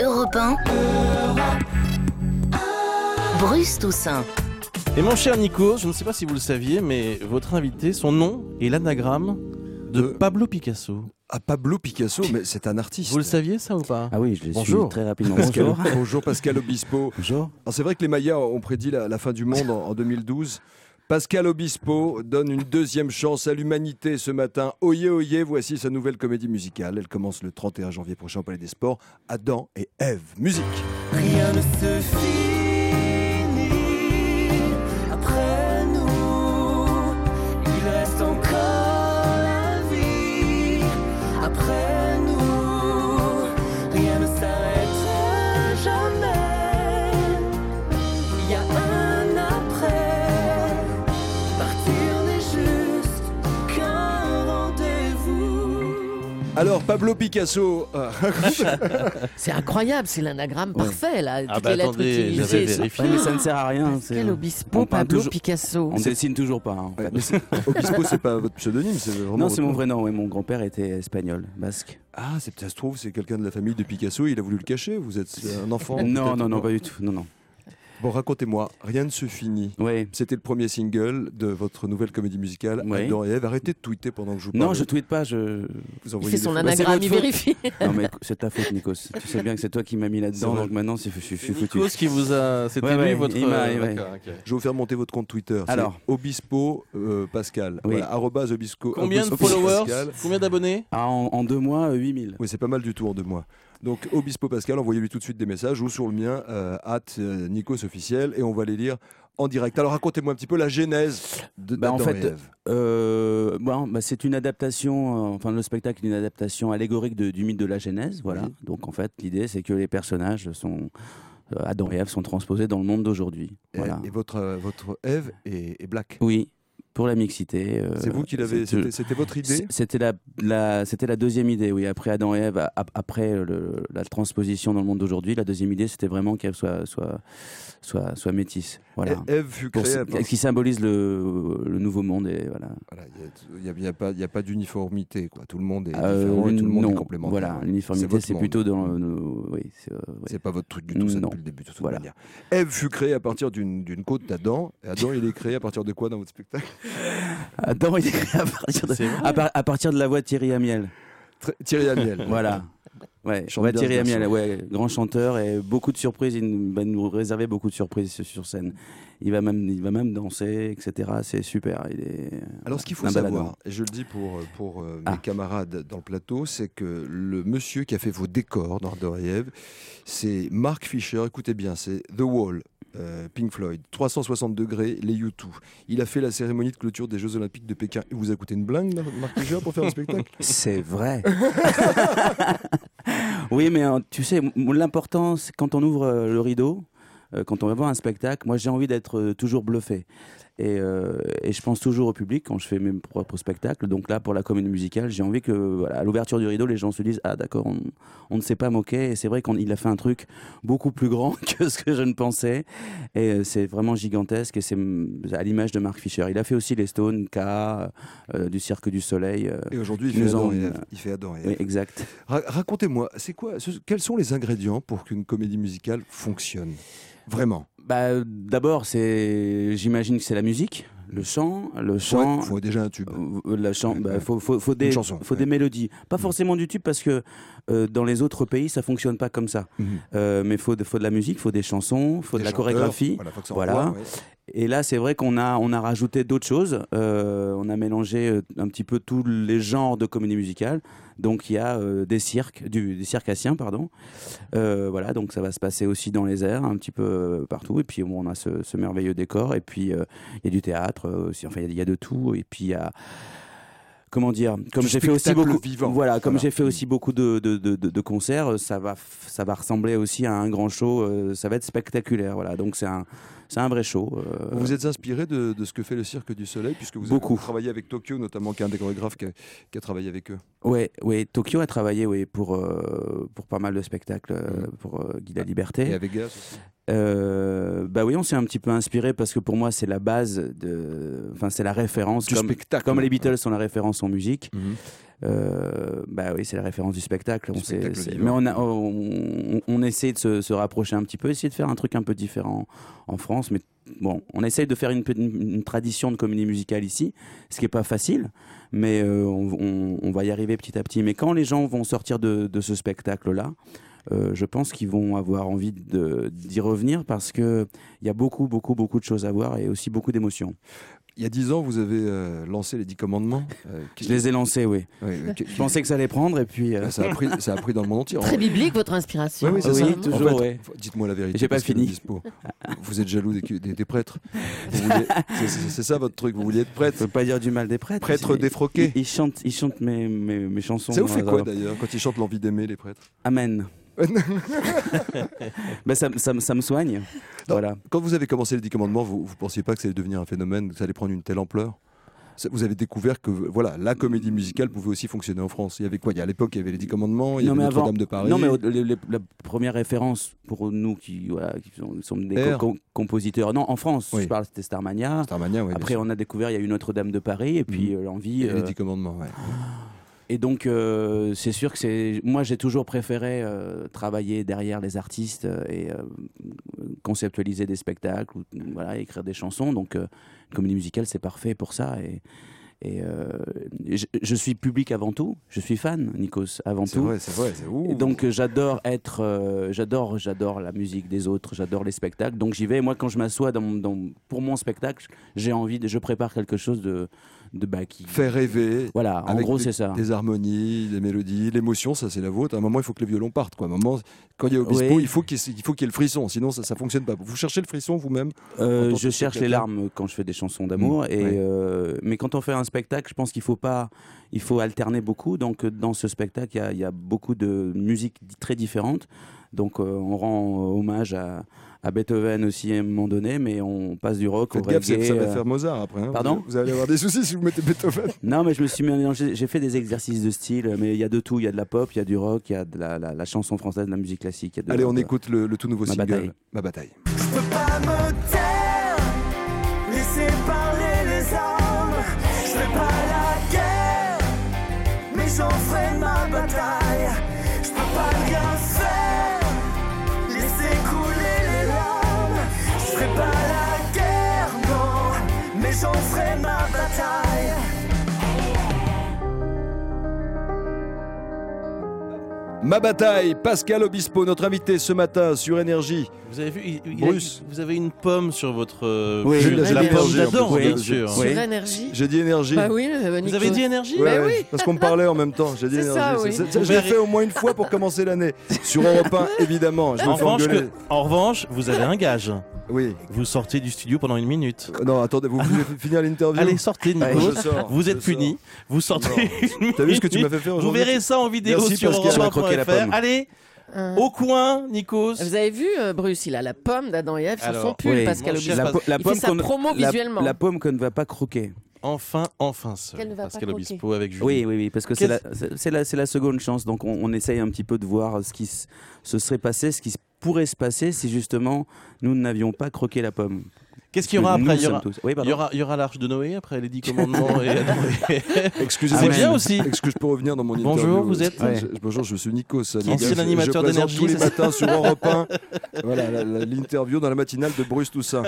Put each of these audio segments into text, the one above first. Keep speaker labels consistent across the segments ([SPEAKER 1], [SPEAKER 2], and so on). [SPEAKER 1] Europe 1. Bruce Toussaint.
[SPEAKER 2] Et mon cher Nico, je ne sais pas si vous le saviez, mais votre invité, son nom est l'anagramme de
[SPEAKER 3] Euh.
[SPEAKER 2] Pablo Picasso.
[SPEAKER 3] Ah, Pablo Picasso, mais c'est un artiste.
[SPEAKER 2] Vous le saviez ça ou pas
[SPEAKER 4] Ah oui, je l'ai
[SPEAKER 2] Bonjour.
[SPEAKER 4] su très rapidement.
[SPEAKER 3] Pascal-
[SPEAKER 4] Bonjour.
[SPEAKER 3] Bonjour Pascal Obispo.
[SPEAKER 4] Bonjour.
[SPEAKER 3] Alors, c'est vrai que les Mayas ont prédit la, la fin du monde en, en 2012. Pascal Obispo donne une deuxième chance à l'humanité ce matin. Oyez, oyez, voici sa nouvelle comédie musicale. Elle commence le 31 janvier prochain au Palais des Sports. Adam et Ève. Musique.
[SPEAKER 5] Rien ne se finit après nous. Il reste encore la vie après nous. Rien ne s'arrête jamais. Il y a un après. Partir n'est juste qu'un rendez-vous.
[SPEAKER 3] Alors, Pablo Picasso. euh,
[SPEAKER 4] Ah,
[SPEAKER 6] C'est incroyable, c'est l'anagramme parfait là.
[SPEAKER 2] Ah
[SPEAKER 6] Toutes
[SPEAKER 2] bah
[SPEAKER 6] les lettres
[SPEAKER 2] attendez,
[SPEAKER 6] utilisées
[SPEAKER 2] j'avais
[SPEAKER 6] sont-
[SPEAKER 2] vérifié.
[SPEAKER 4] Ouais, mais ça ne sert à rien. c'est-
[SPEAKER 6] Quel
[SPEAKER 4] On
[SPEAKER 6] obispo,
[SPEAKER 4] parle
[SPEAKER 6] Pablo
[SPEAKER 4] toujours-
[SPEAKER 6] Picasso.
[SPEAKER 4] On ne dessine toujours pas. hein, en fait.
[SPEAKER 3] ouais, mais c'est- Obispo, c'est pas votre pseudonyme, c'est vraiment.
[SPEAKER 4] Non,
[SPEAKER 3] votre
[SPEAKER 4] c'est mon
[SPEAKER 3] nom.
[SPEAKER 4] vrai nom. ouais, mon grand-père était espagnol, basque.
[SPEAKER 3] Ah, c'est ça se trouve, c'est quelqu'un de la famille de Picasso. Il a voulu le cacher. Vous êtes un enfant.
[SPEAKER 4] Non,
[SPEAKER 3] peut-être,
[SPEAKER 4] non,
[SPEAKER 3] ou
[SPEAKER 4] non,
[SPEAKER 3] pas
[SPEAKER 4] pas du tout. Non, non.
[SPEAKER 3] Bon, racontez-moi. Rien ne se finit.
[SPEAKER 4] Ouais.
[SPEAKER 3] C'était le premier single de votre nouvelle comédie musicale,
[SPEAKER 4] Oui.
[SPEAKER 3] Adam et Ève. Arrêtez de tweeter pendant que je vous parle.
[SPEAKER 4] Non, je tweete pas. Je...
[SPEAKER 3] vous
[SPEAKER 6] Il
[SPEAKER 3] envoyez
[SPEAKER 6] fait
[SPEAKER 3] des
[SPEAKER 6] son
[SPEAKER 3] photos.
[SPEAKER 6] anagramme,
[SPEAKER 4] votre
[SPEAKER 6] il
[SPEAKER 4] faute.
[SPEAKER 6] vérifie.
[SPEAKER 4] Non, mais c'est ta faute, Nikos. Tu sais bien que c'est toi qui m'as mis là-dedans.
[SPEAKER 3] C'est vrai.
[SPEAKER 4] Donc maintenant, c'est- je suis je suis foutu.
[SPEAKER 2] Nico, ce qui vous a, c'était
[SPEAKER 4] Ouais,
[SPEAKER 2] lui
[SPEAKER 4] ouais,
[SPEAKER 2] votre.
[SPEAKER 4] il m'a-
[SPEAKER 2] euh,
[SPEAKER 4] ouais.
[SPEAKER 2] d'accord, ok.
[SPEAKER 3] Je vais vous faire monter votre compte Twitter. C'est
[SPEAKER 4] Alors.
[SPEAKER 3] Obispo euh, Pascal.
[SPEAKER 4] Oui.
[SPEAKER 3] Voilà, arrobase Obisco-
[SPEAKER 2] Combien de
[SPEAKER 3] Obispo
[SPEAKER 2] followers
[SPEAKER 3] Pascal.
[SPEAKER 2] Combien d'abonnés
[SPEAKER 4] Ah, en, en deux mois, euh, 8000.
[SPEAKER 3] Oui, c'est pas mal du tout en deux mois. Donc, Obispo Pascal, envoyez-lui tout de suite des messages ou sur le mien, euh, at euh, Nikos officiel, et on va les lire en direct. Alors, racontez-moi un petit peu la genèse de
[SPEAKER 4] Bah, en
[SPEAKER 3] d'Adam
[SPEAKER 4] fait,
[SPEAKER 3] et Ève.
[SPEAKER 4] Euh, bon, bah, c'est une adaptation, euh, enfin le spectacle est une adaptation allégorique de- du mythe de la Genèse. Voilà.
[SPEAKER 3] Oui.
[SPEAKER 4] Donc en fait, l'idée c'est que les personnages sont euh, Adam et Ève sont transposés dans le monde d'aujourd'hui.
[SPEAKER 3] Et-
[SPEAKER 4] Voilà.
[SPEAKER 3] Et, votre, euh, votre Ève est, est black.
[SPEAKER 4] Oui, pour la mixité. euh,
[SPEAKER 3] c'est vous qui l'avez.
[SPEAKER 4] c'est-
[SPEAKER 3] C'était c'était votre idée
[SPEAKER 4] c'est- C'était la, la- c'était la deuxième idée, oui. Après Adam et Ève, a- a- après euh, le- la transposition dans le monde d'aujourd'hui, la deuxième idée, c'était vraiment qu'Ève soit, soit, soit, soit métisse. Voilà.
[SPEAKER 3] Ève- Ève fut
[SPEAKER 4] Pour-
[SPEAKER 3] créée à
[SPEAKER 4] qui symbolise le, le nouveau monde. Et voilà.
[SPEAKER 3] Voilà, il n'y a, y a pas, y a pas d'uniformité, quoi. Tout le monde est
[SPEAKER 4] Euh,
[SPEAKER 3] différent et tout le monde est
[SPEAKER 4] non,
[SPEAKER 3] complémentaire.
[SPEAKER 4] Voilà,
[SPEAKER 3] C'est
[SPEAKER 4] l'uniformité,
[SPEAKER 3] votre
[SPEAKER 4] c'est
[SPEAKER 3] monde.
[SPEAKER 4] plutôt dans le. le- oui, c'est, euh, ouais.
[SPEAKER 3] C'est pas votre truc du tout, ça
[SPEAKER 4] Non.
[SPEAKER 3] depuis le début, de toute
[SPEAKER 4] Voilà.
[SPEAKER 3] manière. Ève fut créée à partir d'une d'une côte d'Adam. Et Adam, il est créé à partir de quoi dans votre spectacle
[SPEAKER 4] Adam, il est à partir de,
[SPEAKER 2] C'est vrai.
[SPEAKER 4] à par- à partir de la voix de Thierry Amiel.
[SPEAKER 3] Tr- Thierry Amiel.
[SPEAKER 4] Voilà. Ouais,
[SPEAKER 3] Chante
[SPEAKER 4] voix de
[SPEAKER 3] bien,
[SPEAKER 4] Thierry
[SPEAKER 3] ce
[SPEAKER 4] Amiel,
[SPEAKER 3] garçon.
[SPEAKER 4] ouais, grand chanteur et beaucoup de surprises. Il nous- va nous réserver beaucoup de surprises sur- sur scène. Il va même, il va même danser, etc. C'est super. Il est.
[SPEAKER 3] Alors, ce qu'il faut
[SPEAKER 4] Un baladeur.
[SPEAKER 3] savoir, et je le dis pour, euh, pour euh, mes
[SPEAKER 4] Ah.
[SPEAKER 3] camarades dans le plateau, c'est que le monsieur qui a fait vos décors dans Adam et Ève, c'est Mark Fisher. Écoutez bien, c'est The Wall. euh, Pink Floyd, 360 degrés, les U2. Il a fait la cérémonie de clôture des Jeux Olympiques de Pékin. Il vous a coûté une blague, Mark Fisher, pour faire le spectacle
[SPEAKER 4] C'est vrai. oui, mais hein, tu sais, m- l'important, c'est quand on ouvre euh, le rideau, euh, quand on va voir un spectacle, moi j'ai envie d'être euh, toujours bluffé. Et, euh, et je pense toujours au public quand je fais mes propres spectacles. Donc là, pour la comédie musicale, j'ai envie que, voilà, à l'ouverture du rideau, les gens se disent Ah, d'accord, on, on ne s'est pas moqué. Et c'est vrai qu'il a fait un truc beaucoup plus grand que ce que je ne pensais. Et euh, c'est vraiment gigantesque. Et c'est mm, à l'image de Mark Fisher. Il a fait aussi les Stones, K, euh, du Cirque du Soleil. euh,
[SPEAKER 3] Et aujourd'hui, il,
[SPEAKER 4] Nous
[SPEAKER 3] fait Adam
[SPEAKER 4] en-
[SPEAKER 3] et Ève. Il fait Adam et Ève.
[SPEAKER 4] euh, oui, exact.
[SPEAKER 3] Ra- Racontez-moi, c'est quoi, ce- quels sont les ingrédients pour qu'une comédie musicale fonctionne Vraiment.
[SPEAKER 4] Bah, d'abord, c'est, j'imagine que c'est la musique, le chant, le chant.
[SPEAKER 3] faut, faut déjà un tube.
[SPEAKER 4] euh, La chan-
[SPEAKER 3] Ouais,
[SPEAKER 4] bah,
[SPEAKER 3] ouais.
[SPEAKER 4] faut, faut, faut des,
[SPEAKER 3] Une chanson,
[SPEAKER 4] faut
[SPEAKER 3] ouais. Mm.
[SPEAKER 4] des mélodies. Pas forcément du tube parce que euh, dans les autres pays ça fonctionne pas comme ça.
[SPEAKER 3] Mhm.
[SPEAKER 4] Euh, mais faut de, faut de la musique, faut des chansons, faut de
[SPEAKER 3] Des
[SPEAKER 4] la
[SPEAKER 3] chanteurs,
[SPEAKER 4] chorégraphie.
[SPEAKER 3] Voilà. faut que ça
[SPEAKER 4] Voilà.
[SPEAKER 3] envoie, ouais.
[SPEAKER 4] Et là c'est vrai qu'on a, on a rajouté d'autres choses. Euh, on a mélangé euh, un petit peu tous les genres de comédie musicale. Donc il y a euh, des cirques, du, des circassiens pardon. Euh, voilà, donc ça va se passer aussi dans les airs, un petit peu euh, partout. Et puis bon, on a ce, ce merveilleux décor. Et puis euh, il y a du théâtre euh, aussi. Enfin, il y a- il y, a de tout. Et puis il y a comment dire, comme
[SPEAKER 3] Du
[SPEAKER 4] j'ai fait aussi
[SPEAKER 3] spectacle
[SPEAKER 4] beaucoup,
[SPEAKER 3] vivant.
[SPEAKER 4] voilà, comme
[SPEAKER 3] Voilà. Mm.
[SPEAKER 4] j'ai fait aussi beaucoup de, de, de, de- de concerts, euh, ça va, f- ça va ressembler aussi à un grand show. euh, ça va être spectaculaire. Voilà, donc c'est un, c'est un vrai show. euh,
[SPEAKER 3] Vous vous êtes inspiré de, de ce que fait le Cirque du Soleil, puisque vous
[SPEAKER 4] Beaucoup.
[SPEAKER 3] avez travaillé avec Tokyo, notamment, qui est un des chorégraphes qui a, qui a travaillé avec eux.
[SPEAKER 4] Ouais, ouais. Tokyo
[SPEAKER 3] Mm.
[SPEAKER 4] a travaillé, ouais, pour euh, pour pas mal de spectacles, euh, pour euh, Guy la Liberté.
[SPEAKER 3] Et à Vegas aussi.
[SPEAKER 4] Euh, bah oui, on s'est un petit peu inspiré parce que pour moi, c'est la base de. Enfin, c'est la référence.
[SPEAKER 3] Du
[SPEAKER 4] comme,
[SPEAKER 3] spectacle.
[SPEAKER 4] Comme les Beatles sont la référence en musique.
[SPEAKER 3] Mhm.
[SPEAKER 4] Euh, bah oui, c'est la référence du spectacle.
[SPEAKER 3] Du
[SPEAKER 4] on s'est-
[SPEAKER 3] spectacle
[SPEAKER 4] c'est-
[SPEAKER 3] vivant.
[SPEAKER 4] mais on, a, on, on- on essaie de se, se rapprocher un petit peu, essayer de faire un truc un peu différent en France. Mais bon, on essaye de faire une, pe- une- une tradition de comédie musicale ici, ce qui est pas facile, mais euh, on, on- on va y arriver petit à petit. Mais quand les gens vont sortir de, de ce spectacle-là, euh, je pense qu'ils vont avoir envie de- d'y revenir parce que il y a beaucoup, beaucoup, beaucoup de choses à voir et aussi beaucoup d'émotions.
[SPEAKER 3] Il y a dix ans, vous avez euh, lancé les dix commandements. euh, qui-
[SPEAKER 4] Je les ai lancées, oui.
[SPEAKER 3] Ouais, ouais, qui-
[SPEAKER 4] Je pensais que ça allait prendre et puis. euh,
[SPEAKER 3] Bah, ça, a pris, ça a pris dans le monde entier.
[SPEAKER 6] Très biblique votre inspiration.
[SPEAKER 3] Ouais, oui, c'est
[SPEAKER 4] Oui,
[SPEAKER 3] ça.
[SPEAKER 4] toujours,
[SPEAKER 3] En fait,
[SPEAKER 4] ouais.
[SPEAKER 3] faut- Dites-moi la vérité.
[SPEAKER 4] J'ai pas
[SPEAKER 3] parce que
[SPEAKER 4] fini.
[SPEAKER 3] le dispo- Vous êtes jaloux des, cu- des- des prêtres. Vous vouliez- c'est- C'est c'est ça votre truc. Vous vouliez être
[SPEAKER 4] Je
[SPEAKER 3] prêtre.
[SPEAKER 4] peux pas dire du mal des prêtres.
[SPEAKER 3] Prêtre
[SPEAKER 4] Ils-
[SPEAKER 3] défroqué.
[SPEAKER 4] Ils, ils chantent, ils chantent mes, mes, mes chansons.
[SPEAKER 3] Ça vous
[SPEAKER 4] dans
[SPEAKER 3] fait
[SPEAKER 4] leurs
[SPEAKER 3] quoi
[SPEAKER 4] albums.
[SPEAKER 3] d'ailleurs quand ils chantent l'envie d'aimer les prêtres
[SPEAKER 4] Amen. bah, ça, me- ça, me- ça me soigne. Voilà.
[SPEAKER 3] Quand vous avez commencé les 10 commandements, vous ne pensiez pas que ça allait devenir un phénomène, que ça allait prendre une telle ampleur Ça- vous avez découvert que voilà, la comédie musicale pouvait aussi fonctionner en France. Il y avait quoi Il y a- À l'époque, il y avait les 10 commandements, il y
[SPEAKER 4] Non,
[SPEAKER 3] avait
[SPEAKER 4] mais
[SPEAKER 3] Notre-Dame
[SPEAKER 4] avant-
[SPEAKER 3] de Paris.
[SPEAKER 4] Non, mais au- les- les- la première référence pour nous qui, voilà, qui sont- sommes des
[SPEAKER 3] R.
[SPEAKER 4] co- co- compositeurs. Non, en France,
[SPEAKER 3] Oui.
[SPEAKER 4] je parle, c'était Starmania.
[SPEAKER 3] Starmania, ouais,
[SPEAKER 4] Après,
[SPEAKER 3] bien sûr.
[SPEAKER 4] on a découvert, il y a eu Notre-Dame de Paris et puis
[SPEAKER 3] Mhm.
[SPEAKER 4] euh, l'envie.
[SPEAKER 3] Et les
[SPEAKER 4] euh,
[SPEAKER 3] 10 commandements, ouais.
[SPEAKER 4] Et donc, euh, c'est sûr que c'est. Moi, j'ai toujours préféré euh, travailler derrière les artistes euh, et euh, conceptualiser des spectacles, ou, voilà, écrire des chansons. Donc, euh, une comédie musicale, c'est parfait pour ça. Et, et, euh, je, je suis public avant tout. Je suis fan, Nikos, avant
[SPEAKER 3] C'est
[SPEAKER 4] tout.
[SPEAKER 3] vrai, c'est vrai. c'est- ouh.
[SPEAKER 4] Et donc euh, j'adore être, euh, j'adore, j'adore la musique des autres, j'adore les spectacles. Donc j'y vais. Moi, quand je m'assois dans, mon- dans- pour mon spectacle, j'ai envie, de, je prépare quelque chose de, de bah, qui.
[SPEAKER 3] Faire rêver.
[SPEAKER 4] Voilà. En
[SPEAKER 3] avec
[SPEAKER 4] gros,
[SPEAKER 3] des-
[SPEAKER 4] c'est ça.
[SPEAKER 3] Des harmonies, des mélodies, l'émotion, ça c'est la vôtre. À un moment, il faut que les violons partent. Quoi. À un moment, quand il y a Obispo,
[SPEAKER 4] Oui.
[SPEAKER 3] il faut qu'il y ait- il faut qu'il y ait le frisson. Sinon, ça ne fonctionne pas. Vous cherchez le frisson vous-même
[SPEAKER 4] Euh,
[SPEAKER 3] Quand on
[SPEAKER 4] je
[SPEAKER 3] fait
[SPEAKER 4] cherche
[SPEAKER 3] quelqu'un-
[SPEAKER 4] les larmes quand je fais des chansons d'amour.
[SPEAKER 3] Mmh,
[SPEAKER 4] et
[SPEAKER 3] ouais.
[SPEAKER 4] euh, mais quand on fait un spectacle, je pense qu'il faut pas, il faut alterner beaucoup. Donc euh, dans ce spectacle, il y a- il y, a beaucoup de musiques di- très différentes. Donc euh, on rend euh, hommage à, à Beethoven aussi à un moment donné, mais on passe du rock
[SPEAKER 3] Faites
[SPEAKER 4] au
[SPEAKER 3] gaffe, ça,
[SPEAKER 4] reggae.
[SPEAKER 3] ça va
[SPEAKER 4] euh.
[SPEAKER 3] faire Mozart après. hein.
[SPEAKER 4] Pardon
[SPEAKER 3] vous, vous allez avoir des soucis si vous mettez Beethoven.
[SPEAKER 4] Non, mais je me suis mélangé. J'ai fait des exercices de style, mais il y a de tout. Il y a de la pop, il y a du rock, il y a de la, la- la chanson française, de la musique classique. il y a de-
[SPEAKER 3] Allez, on
[SPEAKER 4] de-
[SPEAKER 3] écoute le, le tout nouveau
[SPEAKER 4] Ma
[SPEAKER 3] single,
[SPEAKER 4] bataille.
[SPEAKER 3] Ma bataille.
[SPEAKER 5] Je peux pas me taire, laisser parler les hommes. Je fais pas la guerre, mais j'en ferai ma bataille. Je peux pas rien faire, laisser couler les larmes. Je ferai pas la guerre, non, mais j'en ferai ma bataille.
[SPEAKER 3] Ma bataille, Pascal Obispo, notre invité ce matin sur Énergie.
[SPEAKER 2] Vous avez vu, il- il-
[SPEAKER 3] Bruce.
[SPEAKER 2] vous avez une pomme sur votre. euh,
[SPEAKER 4] Oui,
[SPEAKER 2] pull.
[SPEAKER 6] la
[SPEAKER 2] la
[SPEAKER 6] j'ai
[SPEAKER 2] pomme
[SPEAKER 6] énergie,
[SPEAKER 2] d'Adam,
[SPEAKER 3] en plus.
[SPEAKER 2] bien
[SPEAKER 3] Oui.
[SPEAKER 2] sûr.
[SPEAKER 6] Sur
[SPEAKER 4] Oui.
[SPEAKER 6] l'énergie.
[SPEAKER 3] J'ai dit énergie.
[SPEAKER 6] Bah oui, euh,
[SPEAKER 2] Vous
[SPEAKER 6] Nico.
[SPEAKER 2] avez dit énergie
[SPEAKER 3] Ouais,
[SPEAKER 6] Mais
[SPEAKER 3] ouais, Parce qu'on me parlait en même temps. J'ai dit
[SPEAKER 6] C'est
[SPEAKER 3] énergie.
[SPEAKER 6] ça,
[SPEAKER 3] C'est-
[SPEAKER 6] oui.
[SPEAKER 3] c'est- c'est-
[SPEAKER 2] Vous
[SPEAKER 3] je l'ai
[SPEAKER 2] verrez.
[SPEAKER 3] fait au moins une fois pour commencer l'année. Sur Europe 1, évidemment. Je me
[SPEAKER 2] En
[SPEAKER 3] fais
[SPEAKER 2] revanche,
[SPEAKER 3] engueuler.
[SPEAKER 2] que- en revanche, vous avez un gage.
[SPEAKER 3] Oui.
[SPEAKER 2] Vous sortez du studio pendant une minute.
[SPEAKER 3] Euh, Non, attendez, vous voulez finir l'interview
[SPEAKER 2] Allez, sortez, Nico.
[SPEAKER 3] Allez, je sors,
[SPEAKER 2] vous
[SPEAKER 3] je
[SPEAKER 2] êtes
[SPEAKER 3] sors.
[SPEAKER 2] puni. Vous sortez. une
[SPEAKER 3] T'as vu ce que tu
[SPEAKER 2] minute.
[SPEAKER 3] m'as fait faire
[SPEAKER 2] Vous
[SPEAKER 3] aujourd'hui
[SPEAKER 2] verrez ça en vidéo
[SPEAKER 3] Merci,
[SPEAKER 2] sur
[SPEAKER 3] Pascal.
[SPEAKER 2] europe
[SPEAKER 4] Tu vas croquer la
[SPEAKER 2] 1.fr.
[SPEAKER 4] pomme.
[SPEAKER 2] Allez,
[SPEAKER 6] Euh,
[SPEAKER 2] au coin, Nikos.
[SPEAKER 6] Vous avez vu, euh, Bruce, il a la pomme d'Adam et Ève sur
[SPEAKER 2] Alors,
[SPEAKER 6] son pull,
[SPEAKER 4] oui.
[SPEAKER 6] Pascal
[SPEAKER 2] Mon
[SPEAKER 6] Obispo.
[SPEAKER 2] cher
[SPEAKER 4] La, po- la
[SPEAKER 6] Il
[SPEAKER 4] pomme
[SPEAKER 6] fait sa
[SPEAKER 4] qu'on-
[SPEAKER 6] promo
[SPEAKER 4] la-
[SPEAKER 6] visuellement.
[SPEAKER 4] La pomme qu'on ne va pas croquer.
[SPEAKER 2] Enfin, enfin seul.
[SPEAKER 6] Qu'elle ne va pas
[SPEAKER 2] Pascal
[SPEAKER 6] croquer.
[SPEAKER 2] Obispo avec Julie.
[SPEAKER 4] Oui, oui, oui, parce que c'est la,
[SPEAKER 2] Qu'est-ce-
[SPEAKER 4] c'est- c'est la, c'est la seconde chance. Donc on, on essaye un petit peu de voir ce qui se se serait passé, ce qui se pourrait se passer si justement nous n'avions pas croqué la pomme.
[SPEAKER 2] Qu'est-ce qu'il y aura
[SPEAKER 4] Nous
[SPEAKER 2] après Il y
[SPEAKER 4] sommes
[SPEAKER 2] aura-
[SPEAKER 4] tous- Oui,
[SPEAKER 2] il
[SPEAKER 4] pardon.
[SPEAKER 2] y aura, il y aura l'arche de Noé après les dix commandements. et Adam et-
[SPEAKER 3] Excusez-moi. Ah
[SPEAKER 2] C'est
[SPEAKER 4] Amen.
[SPEAKER 2] bien aussi.
[SPEAKER 3] Est-ce que je peux revenir dans mon
[SPEAKER 2] Bonjour,
[SPEAKER 3] interview
[SPEAKER 2] vous êtes-
[SPEAKER 3] Je- je- Bonjour, je suis Nico. ça,
[SPEAKER 2] Ancien
[SPEAKER 3] les gars. Je-
[SPEAKER 2] animateur
[SPEAKER 3] je présente
[SPEAKER 2] d'énergie,
[SPEAKER 3] tous les
[SPEAKER 2] c'est ça
[SPEAKER 3] matins sur Europe 1. Voilà, la- la- l'interview dans la matinale de Bruce Toussaint.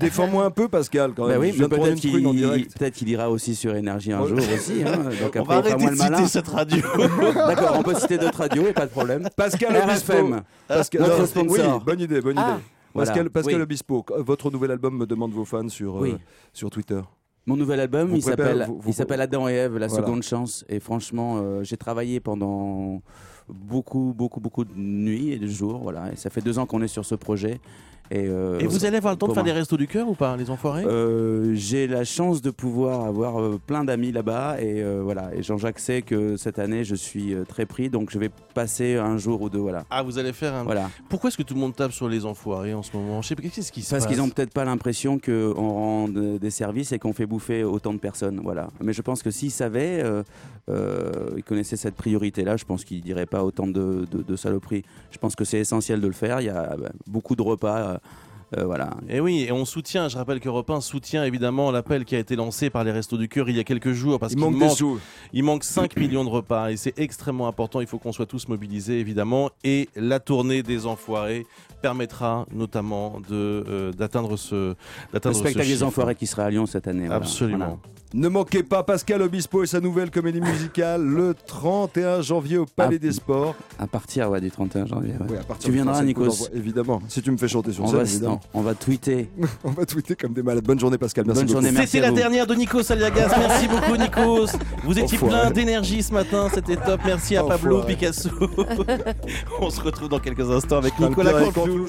[SPEAKER 3] Défends-moi un peu, Pascal, quand même.
[SPEAKER 4] Bah oui,
[SPEAKER 3] je viens
[SPEAKER 4] mais
[SPEAKER 3] de prendre
[SPEAKER 4] peut-être
[SPEAKER 3] une prune en
[SPEAKER 4] qu'il
[SPEAKER 3] direct.
[SPEAKER 4] peut-être qu'il ira aussi sur Énergie un
[SPEAKER 3] Ouais.
[SPEAKER 4] jour aussi. hein. Donc après,
[SPEAKER 2] On va
[SPEAKER 4] il fera
[SPEAKER 2] arrêter
[SPEAKER 4] moins
[SPEAKER 2] de
[SPEAKER 4] le
[SPEAKER 2] citer
[SPEAKER 4] malin. Euh,
[SPEAKER 2] cette radio.
[SPEAKER 4] D'accord, on peut citer d'autres radios et pas de problème.
[SPEAKER 3] Pascal Obispo.
[SPEAKER 4] RFM.
[SPEAKER 3] Pascal,
[SPEAKER 4] Notre
[SPEAKER 3] non,
[SPEAKER 4] sponsor.
[SPEAKER 3] Oui, bonne idée, bonne
[SPEAKER 6] Ah.
[SPEAKER 3] idée.
[SPEAKER 4] Voilà.
[SPEAKER 3] Pascal, Pascal
[SPEAKER 4] Oui.
[SPEAKER 3] Obispo, votre nouvel album me demande vos fans sur, euh,
[SPEAKER 4] Oui.
[SPEAKER 3] sur Twitter.
[SPEAKER 4] Mon nouvel album,
[SPEAKER 3] Vous
[SPEAKER 4] il
[SPEAKER 3] préparez-
[SPEAKER 4] s'appelle,
[SPEAKER 3] vous- vous-
[SPEAKER 4] il s'appelle Adam et Ève, la
[SPEAKER 3] Voilà.
[SPEAKER 4] seconde chance. Et franchement, euh, j'ai travaillé pendant beaucoup, beaucoup, beaucoup de nuits et de jours. Voilà. Et ça fait deux ans qu'on est sur ce projet. Et, euh,
[SPEAKER 2] Et vous allez avoir le temps de
[SPEAKER 4] Pour
[SPEAKER 2] faire des
[SPEAKER 4] moi.
[SPEAKER 2] restos du cœur ou pas, les enfoirés
[SPEAKER 4] euh, j'ai la chance de pouvoir avoir euh, plein d'amis là-bas et euh, voilà. Et Jean-Jacques sait que cette année je suis euh, très pris, donc je vais passer un jour ou deux. Voilà.
[SPEAKER 2] Ah, vous allez faire un.
[SPEAKER 4] Voilà.
[SPEAKER 2] Pourquoi est-ce que tout le monde tape sur les enfoirés en ce moment Je sais pas, qu'est-ce qui se
[SPEAKER 4] Parce
[SPEAKER 2] passe
[SPEAKER 4] qu'ils ont peut-être pas l'impression qu'on rend de- des services et qu'on fait bouffer autant de personnes. Voilà. Mais je pense que s'ils savaient, euh, euh, ils connaissaient cette priorité-là, je pense qu'ils diraient pas autant de, de- de saloperies. Je pense que c'est essentiel de le faire. Il y a bah, beaucoup de repas. euh, euh, voilà.
[SPEAKER 2] Et Eh oui, et on soutient, je rappelle que Repin soutient évidemment l'appel qui a été lancé par les Restos du Cœur il y a quelques jours parce
[SPEAKER 3] Il
[SPEAKER 2] qu'il
[SPEAKER 3] manque
[SPEAKER 2] manque,
[SPEAKER 3] des sous.
[SPEAKER 2] il manque 5 millions de repas et c'est extrêmement important, il faut qu'on soit tous mobilisés évidemment et la tournée des enfoirés permettra notamment de euh, d'atteindre ce
[SPEAKER 4] Le
[SPEAKER 2] d'atteindre ce
[SPEAKER 4] spectacle des
[SPEAKER 2] chiffre.
[SPEAKER 4] enfoirés qui sera à Lyon cette année. voilà.
[SPEAKER 2] Absolument.
[SPEAKER 3] Ne manquez pas Pascal Obispo et sa nouvelle comédie musicale le 31 janvier au Palais
[SPEAKER 4] Ah.
[SPEAKER 3] des Sports.
[SPEAKER 4] Voilà. À partir ouais, du 31 janvier. ouais.
[SPEAKER 3] Ouais, à partir
[SPEAKER 4] Tu
[SPEAKER 3] de
[SPEAKER 4] viendras,
[SPEAKER 3] ça, c'est le coup
[SPEAKER 4] Nikos.
[SPEAKER 3] d'envoi, Évidemment. Si tu me fais chanter sur
[SPEAKER 4] On
[SPEAKER 3] scène,
[SPEAKER 4] va,
[SPEAKER 3] évidemment.
[SPEAKER 4] on va tweeter.
[SPEAKER 3] On va tweeter comme des malades. Bonne journée, Pascal. Merci
[SPEAKER 4] Bonne
[SPEAKER 3] beaucoup.
[SPEAKER 4] journée, merci
[SPEAKER 2] C'était
[SPEAKER 4] à
[SPEAKER 2] la
[SPEAKER 4] vous. Ah.
[SPEAKER 2] dernière de Nikos Aliagas. Merci beaucoup, Nikos. Vous étiez
[SPEAKER 3] Enfoiré.
[SPEAKER 2] plein d'énergie ce matin. C'était top. Merci à Pablo
[SPEAKER 3] Enfoiré.
[SPEAKER 2] Picasso. On se retrouve dans quelques instants avec
[SPEAKER 3] Putain, le
[SPEAKER 2] Nicolas
[SPEAKER 3] pire avec
[SPEAKER 2] Cantelou.
[SPEAKER 3] Cantelou.